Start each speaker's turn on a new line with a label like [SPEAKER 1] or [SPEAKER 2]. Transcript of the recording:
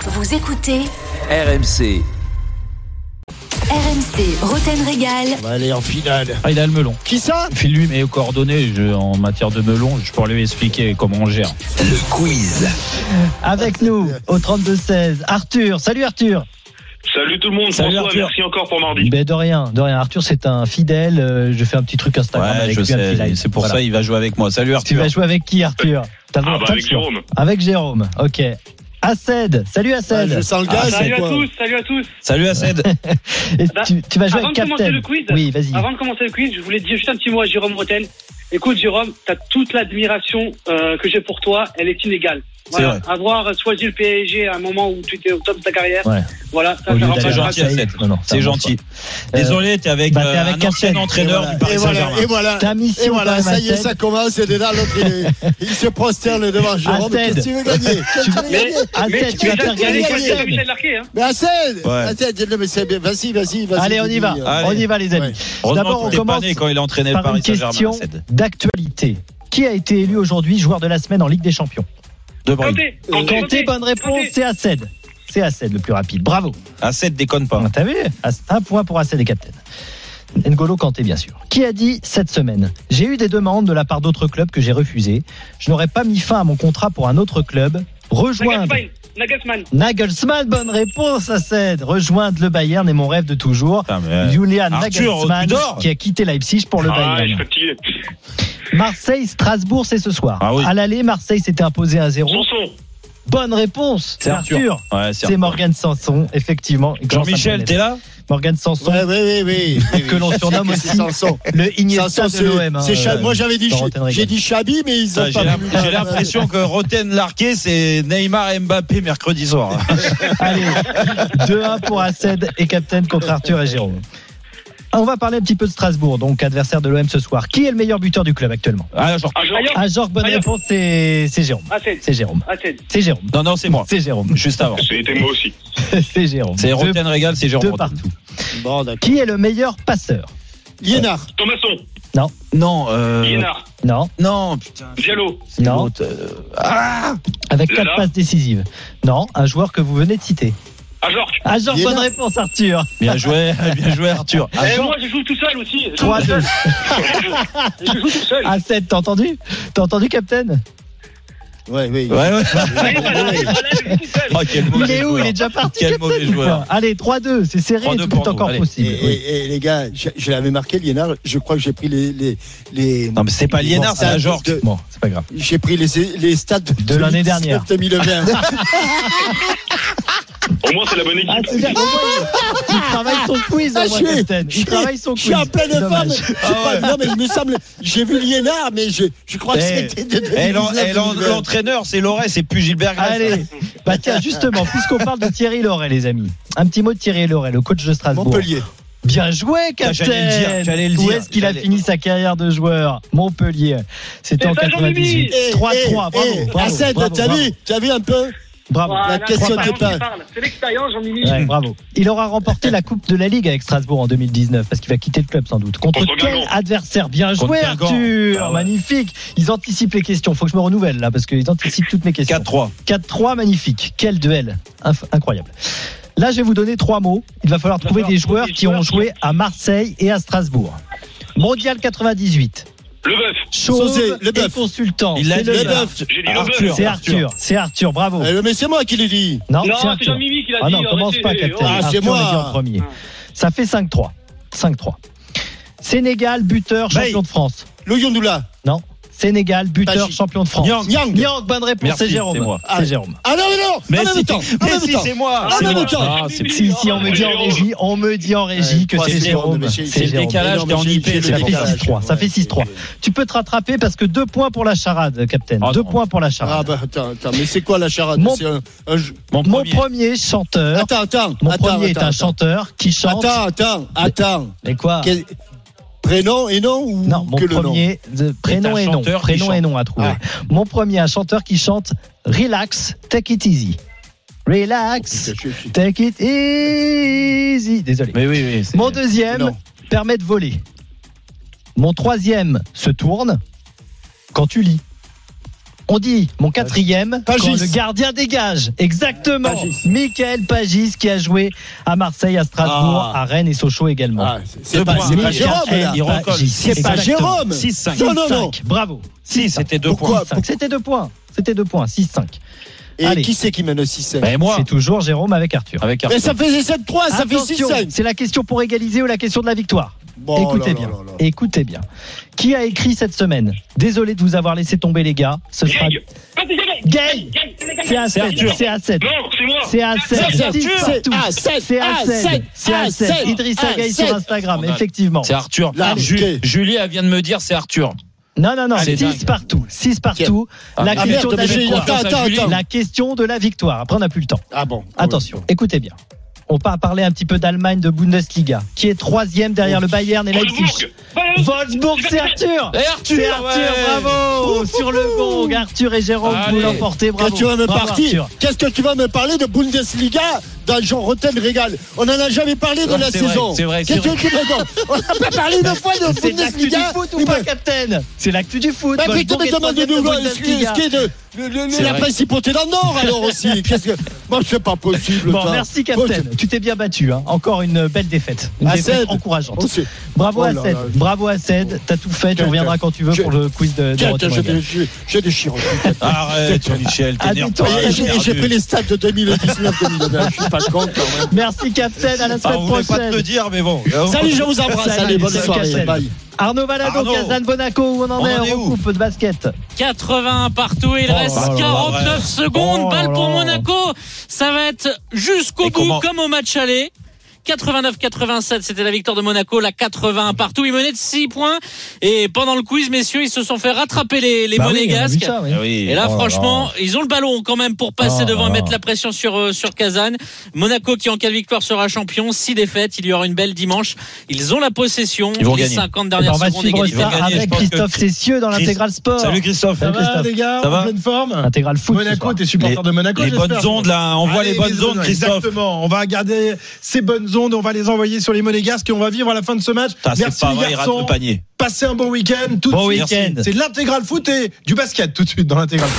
[SPEAKER 1] Vous écoutez
[SPEAKER 2] RMC.
[SPEAKER 1] RMC Roten Régal.
[SPEAKER 3] On va aller en finale.
[SPEAKER 4] Ah, il a le melon.
[SPEAKER 3] Qui ça
[SPEAKER 4] File lui mes coordonnées je- en matière de melon, je pourrais lui expliquer comment on gère.
[SPEAKER 2] Le quiz.
[SPEAKER 5] Avec nous au 32-16, Arthur. Salut Arthur.
[SPEAKER 6] Salut tout le monde,
[SPEAKER 4] Salut,
[SPEAKER 6] François,
[SPEAKER 4] Arthur.
[SPEAKER 6] merci encore pour mardi.
[SPEAKER 5] Ben de rien, de rien. Arthur, c'est un fidèle. euh, Je fais un petit truc Instagram avec lui, un petit live. Voilà.
[SPEAKER 4] il va jouer avec moi. Salut
[SPEAKER 5] Tu vas jouer avec qui, Arthur T'as
[SPEAKER 6] Ah
[SPEAKER 5] t'as
[SPEAKER 6] bah
[SPEAKER 5] le
[SPEAKER 6] avec
[SPEAKER 5] choix.
[SPEAKER 6] Jérôme.
[SPEAKER 5] Avec Jérôme, ok. Assed, salut
[SPEAKER 3] Ah,
[SPEAKER 5] Assed.
[SPEAKER 3] Je sens le gars,
[SPEAKER 4] Ah,
[SPEAKER 3] c'est
[SPEAKER 7] Salut à
[SPEAKER 3] quoi
[SPEAKER 7] tous, salut à tous.
[SPEAKER 4] Salut Assed.
[SPEAKER 5] Et
[SPEAKER 7] Bah,
[SPEAKER 5] tu, tu vas jouer
[SPEAKER 7] avant
[SPEAKER 5] avec
[SPEAKER 7] de commencer
[SPEAKER 5] Captain.
[SPEAKER 7] le quiz,
[SPEAKER 5] oui, vas-y.
[SPEAKER 7] Avant de commencer le quiz, je voulais dire juste un petit mot à Jérôme Roten. Écoute Jérôme, t'as toute l'admiration euh, que j'ai pour toi, elle est inégale. Voilà. Avoir choisi le PSG à un moment où tu étais au top de ta carrière,
[SPEAKER 5] Ouais.
[SPEAKER 7] voilà, ça,
[SPEAKER 5] Au lieu
[SPEAKER 7] ça
[SPEAKER 5] d'aller
[SPEAKER 7] remplace
[SPEAKER 4] c'est
[SPEAKER 7] pas
[SPEAKER 5] à
[SPEAKER 4] gentil,
[SPEAKER 7] ça.
[SPEAKER 5] Marseille.
[SPEAKER 4] Assed.
[SPEAKER 5] Non, non, ça
[SPEAKER 4] C'est
[SPEAKER 5] marche
[SPEAKER 4] gentil.
[SPEAKER 5] pas. Euh,
[SPEAKER 4] Désolé, t'es avec,
[SPEAKER 5] bah, t'es
[SPEAKER 4] euh,
[SPEAKER 5] avec
[SPEAKER 4] un ancien
[SPEAKER 5] Captain.
[SPEAKER 4] entraîneur du
[SPEAKER 3] Et
[SPEAKER 4] Paris
[SPEAKER 3] voilà,
[SPEAKER 4] Saint-Germain.
[SPEAKER 3] et voilà,
[SPEAKER 5] Ta
[SPEAKER 3] et
[SPEAKER 5] mission,
[SPEAKER 3] voilà,
[SPEAKER 5] quand même,
[SPEAKER 3] ça y est,
[SPEAKER 5] Assed.
[SPEAKER 3] ça commence, et déjà l'autre, il, est- il se prosterne devant Jérôme.
[SPEAKER 5] Assed.
[SPEAKER 3] Qu'est-ce que tu veux gagner Qu'est-ce que tu veux
[SPEAKER 7] Mais- Mais
[SPEAKER 3] gagner
[SPEAKER 5] Assed,
[SPEAKER 7] tu
[SPEAKER 5] Ah, tu
[SPEAKER 7] m'as
[SPEAKER 5] vas
[SPEAKER 3] déjà
[SPEAKER 5] faire
[SPEAKER 3] gagné
[SPEAKER 7] regardé
[SPEAKER 5] gagner
[SPEAKER 3] gagné.
[SPEAKER 7] quelqu'un de
[SPEAKER 5] Captain.
[SPEAKER 7] Michel Larquet, hein
[SPEAKER 3] Mais Assed
[SPEAKER 4] Ouais.
[SPEAKER 3] Assed, non, mais c'est bien, vas-y, vas-y, vas-y.
[SPEAKER 5] Allez, on y
[SPEAKER 3] Denis,
[SPEAKER 5] va.
[SPEAKER 3] euh,
[SPEAKER 5] On y
[SPEAKER 4] Allez.
[SPEAKER 5] va, les amis.
[SPEAKER 3] Ouais.
[SPEAKER 4] Heureusement
[SPEAKER 5] D'abord,
[SPEAKER 4] qu'on
[SPEAKER 5] on
[SPEAKER 4] t'est
[SPEAKER 5] commence
[SPEAKER 4] pas né quand il a entraîné le
[SPEAKER 5] Par une
[SPEAKER 4] Paris Saint-Germain.
[SPEAKER 5] question
[SPEAKER 4] Assed.
[SPEAKER 5] d'actualité. Qui a été élu aujourd'hui joueur de la semaine en Ligue des Champions
[SPEAKER 4] De Bruyne.
[SPEAKER 7] Kanté,
[SPEAKER 3] Euh,
[SPEAKER 7] Kanté,
[SPEAKER 5] Kanté, bonne réponse, c'est Assed. C'est Assed le plus rapide. Bravo.
[SPEAKER 4] Assed déconne pas.
[SPEAKER 5] Ah, T'as vu As- Un point pour Assad et Captain. N'Golo Kanté, bien sûr. Qui a dit cette semaine J'ai eu des demandes de la part d'autres clubs que j'ai refusées. Je n'aurais pas mis fin à mon contrat pour un autre club. Rejoindre.
[SPEAKER 7] Nagelsmann, Nagelsmann.
[SPEAKER 5] Nagelsmann, bonne réponse, Assad. Rejoindre le Bayern est mon rêve de toujours.
[SPEAKER 4] Putain, mais, euh,
[SPEAKER 5] Julian
[SPEAKER 4] Arthur,
[SPEAKER 5] Nagelsmann,
[SPEAKER 4] tu dors
[SPEAKER 5] qui a quitté Leipzig pour le
[SPEAKER 6] Ah, je suis
[SPEAKER 5] Bayern.
[SPEAKER 6] fatigué.
[SPEAKER 5] Marseille, Strasbourg, c'est ce soir.
[SPEAKER 4] Ah oui.
[SPEAKER 5] À l'aller, Marseille s'était imposé 1-0.
[SPEAKER 6] Sanson,
[SPEAKER 5] Bonne réponse,
[SPEAKER 4] C'est Arthur. ouais, c'est-
[SPEAKER 5] C'est Morgan Sanson, effectivement.
[SPEAKER 4] Jean-Michel, t'es là
[SPEAKER 5] Morgan Sanson,
[SPEAKER 3] Ouais, oui, oui, oui, oui, oui.
[SPEAKER 5] que l'on surnomme
[SPEAKER 3] C'est
[SPEAKER 5] aussi
[SPEAKER 3] Sanson.
[SPEAKER 5] le Iniesta
[SPEAKER 3] Sanson,
[SPEAKER 5] de l'OM. hein,
[SPEAKER 3] c'est Cha-
[SPEAKER 5] euh,
[SPEAKER 3] Moi, j'avais dit,
[SPEAKER 5] dans
[SPEAKER 3] Chi-
[SPEAKER 5] Rotten Regal.
[SPEAKER 3] j'ai dit Chabi, mais ils
[SPEAKER 4] Ah,
[SPEAKER 3] ont
[SPEAKER 4] J'ai
[SPEAKER 3] pas
[SPEAKER 4] l'im-
[SPEAKER 3] voulu.
[SPEAKER 4] j'ai l'impression que Roten Larquet, c'est Neymar et Mbappé mercredi soir.
[SPEAKER 5] Allez, 2-1 pour Assed et Captain contre Arthur et Jérôme. Ah, On va parler un petit peu de Strasbourg, donc adversaire de l'OM ce soir. Qui est le meilleur buteur du club actuellement
[SPEAKER 4] Ah, genre-
[SPEAKER 6] agent,
[SPEAKER 7] Ayor,
[SPEAKER 5] Ah, Georges, bonne
[SPEAKER 7] Ailleurs.
[SPEAKER 5] réponse, c'est c'est Jérôme.
[SPEAKER 7] Assel,
[SPEAKER 5] Ah, C'est Jérôme.
[SPEAKER 7] Assel.
[SPEAKER 5] C'est Jérôme.
[SPEAKER 4] Non, non, c'est moi.
[SPEAKER 5] C'est Jérôme.
[SPEAKER 4] Juste avant.
[SPEAKER 6] c'était moi aussi.
[SPEAKER 5] C'est Jérôme.
[SPEAKER 4] C'est
[SPEAKER 5] Deux-
[SPEAKER 4] Roten Régal, c'est
[SPEAKER 5] deux
[SPEAKER 4] Jérôme Roten.
[SPEAKER 5] partout.
[SPEAKER 3] Bon, d'accord.
[SPEAKER 5] Qui est le meilleur passeur
[SPEAKER 3] Liénard.
[SPEAKER 6] Thomasson,
[SPEAKER 4] Non, euh,
[SPEAKER 6] Liénard,
[SPEAKER 5] Non,
[SPEAKER 4] non, putain.
[SPEAKER 6] Diallo,
[SPEAKER 4] c'est
[SPEAKER 5] Non.
[SPEAKER 4] l'autre, euh, ah
[SPEAKER 5] avec
[SPEAKER 6] Lala.
[SPEAKER 5] quatre passes décisives. Non, un joueur que vous venez de citer.
[SPEAKER 6] Ajorc.
[SPEAKER 5] Ah, Georges,
[SPEAKER 3] Il est
[SPEAKER 5] bonne
[SPEAKER 3] là.
[SPEAKER 5] réponse, Arthur.
[SPEAKER 4] bien joué, bien joué Arthur. Ah,
[SPEAKER 7] Eh,
[SPEAKER 6] Et moi, je joue tout seul aussi. Je joue
[SPEAKER 5] 3-2.
[SPEAKER 6] tout- je joue tout seul.
[SPEAKER 5] Assed, t'as entendu T'as entendu, Captain
[SPEAKER 3] Ouais, oui.
[SPEAKER 4] ouais, ouais.
[SPEAKER 6] Allez, voilà, allez, voilà, je joue tout seul.
[SPEAKER 4] bah. Oh, quel
[SPEAKER 5] Il
[SPEAKER 4] mauvais
[SPEAKER 5] est où
[SPEAKER 4] joueur.
[SPEAKER 5] Il est déjà parti.
[SPEAKER 4] Quel
[SPEAKER 5] Captain,
[SPEAKER 4] mauvais
[SPEAKER 5] ou pas
[SPEAKER 4] joueur.
[SPEAKER 5] Allez, 3-2, c'est serré,
[SPEAKER 4] 3-2
[SPEAKER 5] tout
[SPEAKER 4] pour
[SPEAKER 5] est encore
[SPEAKER 4] nous,
[SPEAKER 5] possible.
[SPEAKER 3] Et,
[SPEAKER 5] oui.
[SPEAKER 3] et- et les gars, je, je l'avais marqué, Liénard. Je crois que j'ai pris les. les, les
[SPEAKER 4] Non, mais c'est pas Liénard, c'est
[SPEAKER 3] Bon,
[SPEAKER 4] Ajorc.
[SPEAKER 3] de-
[SPEAKER 5] Bon, c'est pas grave.
[SPEAKER 3] J'ai pris les, les stats de,
[SPEAKER 5] De l'année dernière.
[SPEAKER 3] 2020.
[SPEAKER 6] Au moins, c'est la bonne équipe.
[SPEAKER 5] Ah, c'est bien. Au moins, il il travaille son quiz,
[SPEAKER 3] Ah,
[SPEAKER 5] au
[SPEAKER 3] je
[SPEAKER 5] moins,
[SPEAKER 3] suis-
[SPEAKER 5] Captain.
[SPEAKER 3] je
[SPEAKER 5] Il
[SPEAKER 3] suis-
[SPEAKER 5] travaille son
[SPEAKER 3] Je
[SPEAKER 5] quiz.
[SPEAKER 3] suis en pleine forme.
[SPEAKER 5] Dommage. Ah
[SPEAKER 3] Je sais pas, Non, mais il me semble. J'ai vu Liénard, mais je, je crois que
[SPEAKER 4] Eh,
[SPEAKER 3] c'était de
[SPEAKER 4] Eh, l'en-
[SPEAKER 3] 2019,
[SPEAKER 4] eh, l'en-
[SPEAKER 3] 2020.
[SPEAKER 4] L'entraîneur, c'est Loret, c'est plus Gilbert Grasse.
[SPEAKER 5] Allez, bah tiens, justement, puisqu'on parle de Thierry Loret, les amis, un petit mot de Thierry Loret, le coach de Strasbourg.
[SPEAKER 3] Montpellier.
[SPEAKER 5] Bien joué,
[SPEAKER 4] Ah,
[SPEAKER 5] Captain.
[SPEAKER 4] j'allais le dire, j'allais le
[SPEAKER 5] Où
[SPEAKER 4] dire,
[SPEAKER 5] est-ce qu'il a
[SPEAKER 4] j'allais-
[SPEAKER 5] fini sa carrière de joueur Montpellier. C'était
[SPEAKER 7] Et
[SPEAKER 5] en
[SPEAKER 7] ça, ben, Jean-Mimi
[SPEAKER 5] 98.
[SPEAKER 3] Eh,
[SPEAKER 5] 3-3,
[SPEAKER 3] eh,
[SPEAKER 5] bravo.
[SPEAKER 3] eh,
[SPEAKER 5] bravo,
[SPEAKER 3] Assad,
[SPEAKER 5] bravo,
[SPEAKER 3] t'as vu, t'as vu un peu
[SPEAKER 5] bravo.
[SPEAKER 7] Voilà,
[SPEAKER 3] la question
[SPEAKER 7] c'est
[SPEAKER 3] qui
[SPEAKER 7] l'expérience
[SPEAKER 3] parle.
[SPEAKER 7] qui parle. C'est l'expérience, Jean-Mimi.
[SPEAKER 5] Ouais, bravo. Il aura remporté la Coupe de la Ligue avec Strasbourg en 2019 parce qu'il va quitter le club sans doute. Contre,
[SPEAKER 6] Contre
[SPEAKER 5] quel
[SPEAKER 6] Guingamp.
[SPEAKER 5] adversaire Bien
[SPEAKER 4] Contre
[SPEAKER 5] joué
[SPEAKER 4] Guingamp.
[SPEAKER 5] Arthur,
[SPEAKER 4] Ah ouais.
[SPEAKER 5] magnifique. Ils anticipent les questions. Faut que je me renouvelle là parce qu'ils anticipent toutes mes questions.
[SPEAKER 4] 4-3.
[SPEAKER 5] 4-3, magnifique. Quel duel Inf- incroyable. Là, je vais vous donner trois mots. Il va falloir
[SPEAKER 7] Il va
[SPEAKER 5] trouver
[SPEAKER 7] falloir
[SPEAKER 5] des
[SPEAKER 7] trouver
[SPEAKER 5] joueurs
[SPEAKER 7] des
[SPEAKER 5] qui
[SPEAKER 7] joueurs
[SPEAKER 5] ont joué à Marseille et à Strasbourg. Mondial 98.
[SPEAKER 6] Le bœuf,
[SPEAKER 5] Chauve
[SPEAKER 3] Sauzet, le
[SPEAKER 5] et
[SPEAKER 3] bœuf.
[SPEAKER 5] consultant.
[SPEAKER 4] Il l'a
[SPEAKER 5] C'est
[SPEAKER 4] dit.
[SPEAKER 5] le
[SPEAKER 3] Le
[SPEAKER 5] gars.
[SPEAKER 3] bœuf.
[SPEAKER 6] j'ai dit le bœuf.
[SPEAKER 4] Arthur.
[SPEAKER 5] C'est Arthur. C'est Arthur. Bravo.
[SPEAKER 3] Eh, Mais c'est moi qui l'ai dit.
[SPEAKER 5] Non,
[SPEAKER 7] Non,
[SPEAKER 5] c'est
[SPEAKER 7] c'est
[SPEAKER 5] Arthur.
[SPEAKER 7] Jean-Mimi qui l'a
[SPEAKER 5] Ah
[SPEAKER 7] dit.
[SPEAKER 5] non,
[SPEAKER 4] oh,
[SPEAKER 7] euh,
[SPEAKER 5] commence
[SPEAKER 7] c'est-
[SPEAKER 4] eh,
[SPEAKER 5] pas, Captain.
[SPEAKER 3] Ah,
[SPEAKER 5] Arthur
[SPEAKER 3] c'est moi.
[SPEAKER 5] l'a dit en premier.
[SPEAKER 7] Ah.
[SPEAKER 5] Ça fait 5-3. 5-3. Sénégal, buteur,
[SPEAKER 4] Bay.
[SPEAKER 5] champion de France.
[SPEAKER 3] Loyondoula.
[SPEAKER 5] Non. Sénégal, buteur,
[SPEAKER 3] Tachi.
[SPEAKER 5] champion de France.
[SPEAKER 4] Niang.
[SPEAKER 3] Nyang.
[SPEAKER 5] Niang, bonne réponse,
[SPEAKER 4] Merci,
[SPEAKER 5] c'est Jérôme.
[SPEAKER 4] c'est moi.
[SPEAKER 3] Ah.
[SPEAKER 5] C'est Jérôme.
[SPEAKER 3] Ah non, mais non En
[SPEAKER 4] si,
[SPEAKER 3] même temps En
[SPEAKER 4] mais
[SPEAKER 3] même
[SPEAKER 4] si,
[SPEAKER 3] temps
[SPEAKER 4] c'est moi.
[SPEAKER 3] Ah,
[SPEAKER 4] c'est
[SPEAKER 3] mais
[SPEAKER 4] moi.
[SPEAKER 3] attends.
[SPEAKER 4] Ah, c'est-
[SPEAKER 5] Si, si, on me dit en
[SPEAKER 6] Jérôme.
[SPEAKER 5] régie, on me dit en régie que
[SPEAKER 3] Ouais,
[SPEAKER 5] c'est
[SPEAKER 3] c'est Jérôme,
[SPEAKER 5] Jérôme.
[SPEAKER 3] mais c'est-
[SPEAKER 5] C'est
[SPEAKER 3] c'est le
[SPEAKER 5] Jérôme.
[SPEAKER 4] décalage,
[SPEAKER 3] Mais non,
[SPEAKER 4] t'es en
[SPEAKER 3] mais
[SPEAKER 4] IP,
[SPEAKER 3] j'ai-
[SPEAKER 4] le
[SPEAKER 3] j'ai-
[SPEAKER 5] Ça fait
[SPEAKER 4] décalage.
[SPEAKER 5] 6-3. Ça fait 6-3. Tu peux te rattraper parce que deux points pour la charade, Captain.
[SPEAKER 4] Ah,
[SPEAKER 5] Deux
[SPEAKER 4] non.
[SPEAKER 5] points pour la
[SPEAKER 3] Ah
[SPEAKER 5] charade.
[SPEAKER 3] bah attends, attends, mais c'est quoi la charade
[SPEAKER 5] Mon-
[SPEAKER 3] C'est un, un jeu-
[SPEAKER 4] Mon
[SPEAKER 5] Mon
[SPEAKER 4] premier.
[SPEAKER 5] premier chanteur.
[SPEAKER 3] Attends, attends,
[SPEAKER 5] Mon
[SPEAKER 3] attends,
[SPEAKER 5] premier est
[SPEAKER 3] attends,
[SPEAKER 5] un chanteur qui chante.
[SPEAKER 3] Attends, attends,
[SPEAKER 5] Ah.
[SPEAKER 3] attends.
[SPEAKER 5] Mais quoi
[SPEAKER 3] Quel- Prénom et nom ou
[SPEAKER 5] Non, mon
[SPEAKER 3] que le nom Ah.
[SPEAKER 5] premier, de prénom
[SPEAKER 4] un
[SPEAKER 5] et nom,
[SPEAKER 4] chanteur qui
[SPEAKER 5] prénom et
[SPEAKER 4] chante.
[SPEAKER 5] nom à trouver. Mon premier, un chanteur qui chante Relax, Take It Easy. Relax, Take It Easy. Désolé.
[SPEAKER 4] Mais oui, oui. c'est-
[SPEAKER 5] Mon deuxième,
[SPEAKER 3] Non.
[SPEAKER 5] permet de voler. Mon troisième, se tourne quand tu lis. On dit mon quatrième quand
[SPEAKER 3] Pagis.
[SPEAKER 5] le gardien dégage. Exactement.
[SPEAKER 3] Pagis.
[SPEAKER 5] Michael Pagis qui a joué à Marseille, à Strasbourg,
[SPEAKER 3] Ah.
[SPEAKER 5] à Rennes et Sochaux également.
[SPEAKER 3] Ah, c'est- c'est
[SPEAKER 4] Deux
[SPEAKER 3] pas,
[SPEAKER 4] points.
[SPEAKER 3] c'est pas
[SPEAKER 4] Michel
[SPEAKER 3] Jérôme,
[SPEAKER 4] Hey,
[SPEAKER 3] là.
[SPEAKER 4] il recolle.
[SPEAKER 5] Pagis,
[SPEAKER 3] c'est pas
[SPEAKER 5] exactement.
[SPEAKER 3] Jérôme.
[SPEAKER 4] 6-5.
[SPEAKER 3] Non, non,
[SPEAKER 5] 6-5,
[SPEAKER 3] non.
[SPEAKER 5] Bravo.
[SPEAKER 4] 6, c'était 2
[SPEAKER 3] Pourquoi
[SPEAKER 4] points.
[SPEAKER 3] Ah, pour-
[SPEAKER 5] C'était deux points. C'était deux points. 6-5.
[SPEAKER 3] Et
[SPEAKER 5] Allez. Ben,
[SPEAKER 3] qui c'est qui mène au 6-5
[SPEAKER 4] Bah, et moi,
[SPEAKER 5] C'est toujours Jérôme avec Arthur.
[SPEAKER 4] avec Arthur.
[SPEAKER 3] Mais ça faisait 7-3, ça fait
[SPEAKER 5] Attention,
[SPEAKER 3] 6-5.
[SPEAKER 5] c'est la question pour égaliser ou la question de la victoire.
[SPEAKER 3] Bon,
[SPEAKER 5] écoutez
[SPEAKER 3] là,
[SPEAKER 5] bien,
[SPEAKER 3] là, là, là.
[SPEAKER 5] écoutez bien. Qui a écrit cette semaine Désolé de vous avoir laissé tomber les gars, ce sera Gaël. C'est à
[SPEAKER 4] C'est
[SPEAKER 5] 7,
[SPEAKER 4] Arthur.
[SPEAKER 5] c'est à 7.
[SPEAKER 6] Non, c'est moi.
[SPEAKER 5] C'est à 7,
[SPEAKER 3] c'est Arthur.
[SPEAKER 5] c'est
[SPEAKER 3] C'est à sept,
[SPEAKER 5] c'est à
[SPEAKER 3] à
[SPEAKER 5] 7,
[SPEAKER 3] sept,
[SPEAKER 5] c'est à
[SPEAKER 3] à
[SPEAKER 5] 7.
[SPEAKER 3] sept,
[SPEAKER 5] Idrissa
[SPEAKER 3] à
[SPEAKER 5] Gaye sur
[SPEAKER 3] sept.
[SPEAKER 5] Instagram,
[SPEAKER 4] Scandale.
[SPEAKER 5] effectivement.
[SPEAKER 4] C'est Arthur.
[SPEAKER 3] Là,
[SPEAKER 4] Ju-
[SPEAKER 3] ok.
[SPEAKER 4] Julie, elle vient de me dire, c'est Arthur.
[SPEAKER 5] Non, non, non,
[SPEAKER 4] C'est
[SPEAKER 5] 6
[SPEAKER 4] dingue.
[SPEAKER 5] partout, 6 partout.
[SPEAKER 4] Ah,
[SPEAKER 5] La
[SPEAKER 4] merde,
[SPEAKER 5] question de
[SPEAKER 3] mais
[SPEAKER 5] la
[SPEAKER 3] j'ai-
[SPEAKER 5] victoire.
[SPEAKER 3] attends, attends, attends.
[SPEAKER 5] La question de la victoire. Après, on n'a plus le temps.
[SPEAKER 3] Ah bon. ah oui.
[SPEAKER 5] Attention, écoutez bien. On va parler un petit peu d'Allemagne, de Bundesliga, qui est troisième derrière le Bayern et Leipzig. Wolfsburg, c'est Arthur
[SPEAKER 4] Et Arthur,
[SPEAKER 5] C'est Arthur,
[SPEAKER 4] ouais.
[SPEAKER 5] bravo Sur le gong, Arthur et Jérôme, vous
[SPEAKER 4] Allez.
[SPEAKER 5] l'emportez, bravo
[SPEAKER 3] Qu'est-ce que tu vas me
[SPEAKER 5] Bravo,
[SPEAKER 3] parler
[SPEAKER 5] Arthur.
[SPEAKER 3] Qu'est-ce que tu vas me parler de Bundesliga dans Jean Rotel Régal On n'en a jamais parlé de
[SPEAKER 4] Ouais,
[SPEAKER 3] la
[SPEAKER 4] c'est vrai,
[SPEAKER 3] saison.
[SPEAKER 4] c'est vrai, c'est
[SPEAKER 3] Qu'est-ce que tu me demandes On n'a pas parlé une fois de
[SPEAKER 5] C'est l'actu du
[SPEAKER 3] Bundesliga.
[SPEAKER 5] foot ou
[SPEAKER 3] Il
[SPEAKER 5] pas,
[SPEAKER 3] me-
[SPEAKER 5] Captain C'est l'actu du foot
[SPEAKER 3] Bah, putain,
[SPEAKER 5] Wolfsburg
[SPEAKER 3] mais
[SPEAKER 5] est
[SPEAKER 3] demande
[SPEAKER 5] troisième de
[SPEAKER 3] nous ce qui
[SPEAKER 5] Bundesliga.
[SPEAKER 3] ce qui est de le- le-
[SPEAKER 4] C'est
[SPEAKER 3] la
[SPEAKER 4] vrai.
[SPEAKER 3] principauté dans le Nord alors aussi. Qu'est-ce que Moi c'est pas possible.
[SPEAKER 5] Bon,
[SPEAKER 3] ça.
[SPEAKER 5] merci Captain, tu t'es bien battu, hein. encore une belle défaite, une
[SPEAKER 3] À
[SPEAKER 5] défaite
[SPEAKER 3] Cède.
[SPEAKER 5] encourageante.
[SPEAKER 3] Oh, c'est-
[SPEAKER 5] Bravo
[SPEAKER 3] Oh
[SPEAKER 5] à
[SPEAKER 3] là
[SPEAKER 5] Cède,
[SPEAKER 3] là.
[SPEAKER 5] bravo à Cède, t'as tout fait, tu
[SPEAKER 3] Captain.
[SPEAKER 5] reviendras quand tu veux
[SPEAKER 3] Je-
[SPEAKER 5] pour le quiz de, de
[SPEAKER 3] Tiens,
[SPEAKER 5] Rotten
[SPEAKER 3] tiens, j'ai
[SPEAKER 5] Wagon.
[SPEAKER 3] des- j'ai- J'ai des chirurgies.
[SPEAKER 4] Arrête, Michel, t'énerve
[SPEAKER 5] Habitué.
[SPEAKER 4] pas.
[SPEAKER 3] Et j'ai- et j'ai
[SPEAKER 4] perdu.
[SPEAKER 3] pris les stats de 2019-2020. Je suis pas con quand même.
[SPEAKER 5] Merci Captain, à la
[SPEAKER 4] Ah,
[SPEAKER 5] semaine
[SPEAKER 4] on voulait pas
[SPEAKER 5] prochaine
[SPEAKER 4] te le dire, mais bon.
[SPEAKER 3] Salut, je vous embrasse.
[SPEAKER 5] Salut,
[SPEAKER 3] Allez, bonne
[SPEAKER 5] salut,
[SPEAKER 3] soirée.
[SPEAKER 5] Captain.
[SPEAKER 3] Bye.
[SPEAKER 5] Arnaud Valado,
[SPEAKER 4] Arnaud.
[SPEAKER 5] Kazan, Monaco, où on en
[SPEAKER 4] On
[SPEAKER 5] est,
[SPEAKER 4] en
[SPEAKER 5] on
[SPEAKER 4] est où
[SPEAKER 5] recoupe de basket.
[SPEAKER 8] 81 partout, il
[SPEAKER 5] Oh
[SPEAKER 8] reste
[SPEAKER 5] là là là,
[SPEAKER 8] 49
[SPEAKER 4] ouais.
[SPEAKER 8] secondes.
[SPEAKER 5] Oh
[SPEAKER 8] Balle
[SPEAKER 5] là
[SPEAKER 8] pour
[SPEAKER 5] là.
[SPEAKER 8] Monaco, ça va être jusqu'au
[SPEAKER 4] Et
[SPEAKER 8] bout
[SPEAKER 4] comment-
[SPEAKER 8] comme au match aller. 89-87, c'était la victoire de Monaco, la 81 partout. Ils menaient de 6 points et pendant le quiz, messieurs, ils se sont fait rattraper les, les
[SPEAKER 5] Bah oui, on a vu
[SPEAKER 8] Monégasques.
[SPEAKER 5] ça, oui.
[SPEAKER 4] Eh Ah
[SPEAKER 8] et
[SPEAKER 4] Oh
[SPEAKER 8] là, franchement, ils ont le ballon quand même pour passer
[SPEAKER 5] Oh
[SPEAKER 8] devant et
[SPEAKER 5] là
[SPEAKER 8] mettre
[SPEAKER 5] là.
[SPEAKER 8] la pression sur euh, sur Kazan. Monaco qui en cas de victoire sera champion. Si défaite, il y aura une belle dimanche. Ils ont la possession.
[SPEAKER 4] Ils vont
[SPEAKER 8] les
[SPEAKER 4] gagner.
[SPEAKER 8] 50
[SPEAKER 5] Eh ben,
[SPEAKER 8] dernières
[SPEAKER 5] on va
[SPEAKER 8] secondes
[SPEAKER 5] suivre
[SPEAKER 8] égalisées.
[SPEAKER 5] ça
[SPEAKER 4] Ils vont gagner, je
[SPEAKER 5] avec
[SPEAKER 4] pense que-
[SPEAKER 5] Christophe Cessieux dans
[SPEAKER 4] Chris-
[SPEAKER 5] l'intégral sport.
[SPEAKER 4] Salut Christophe.
[SPEAKER 5] Salut, Christophe.
[SPEAKER 9] les gars,
[SPEAKER 4] Ça va
[SPEAKER 9] en pleine forme.
[SPEAKER 5] Intégral foot. ce
[SPEAKER 9] Monaco,
[SPEAKER 5] soir.
[SPEAKER 9] t'es supporter
[SPEAKER 4] Les-
[SPEAKER 9] de Monaco.
[SPEAKER 4] Les bonnes ondes, là. On voit les bonnes
[SPEAKER 9] ondes,
[SPEAKER 4] ondes, Christophe.
[SPEAKER 9] Exactement. On va garder ces bonnes ondes, on va les envoyer sur les Monégasques et on va vivre à la fin de ce match.
[SPEAKER 4] Putain, C'est
[SPEAKER 9] Merci
[SPEAKER 4] pas
[SPEAKER 9] les
[SPEAKER 4] vrai, il rate
[SPEAKER 9] garçons.
[SPEAKER 4] le panier.
[SPEAKER 9] Passez un bon week-end. Tout de
[SPEAKER 5] Bon
[SPEAKER 9] suite.
[SPEAKER 5] week-end.
[SPEAKER 9] C'est de l'intégral foot et du basket tout de suite dans l'intégral foot.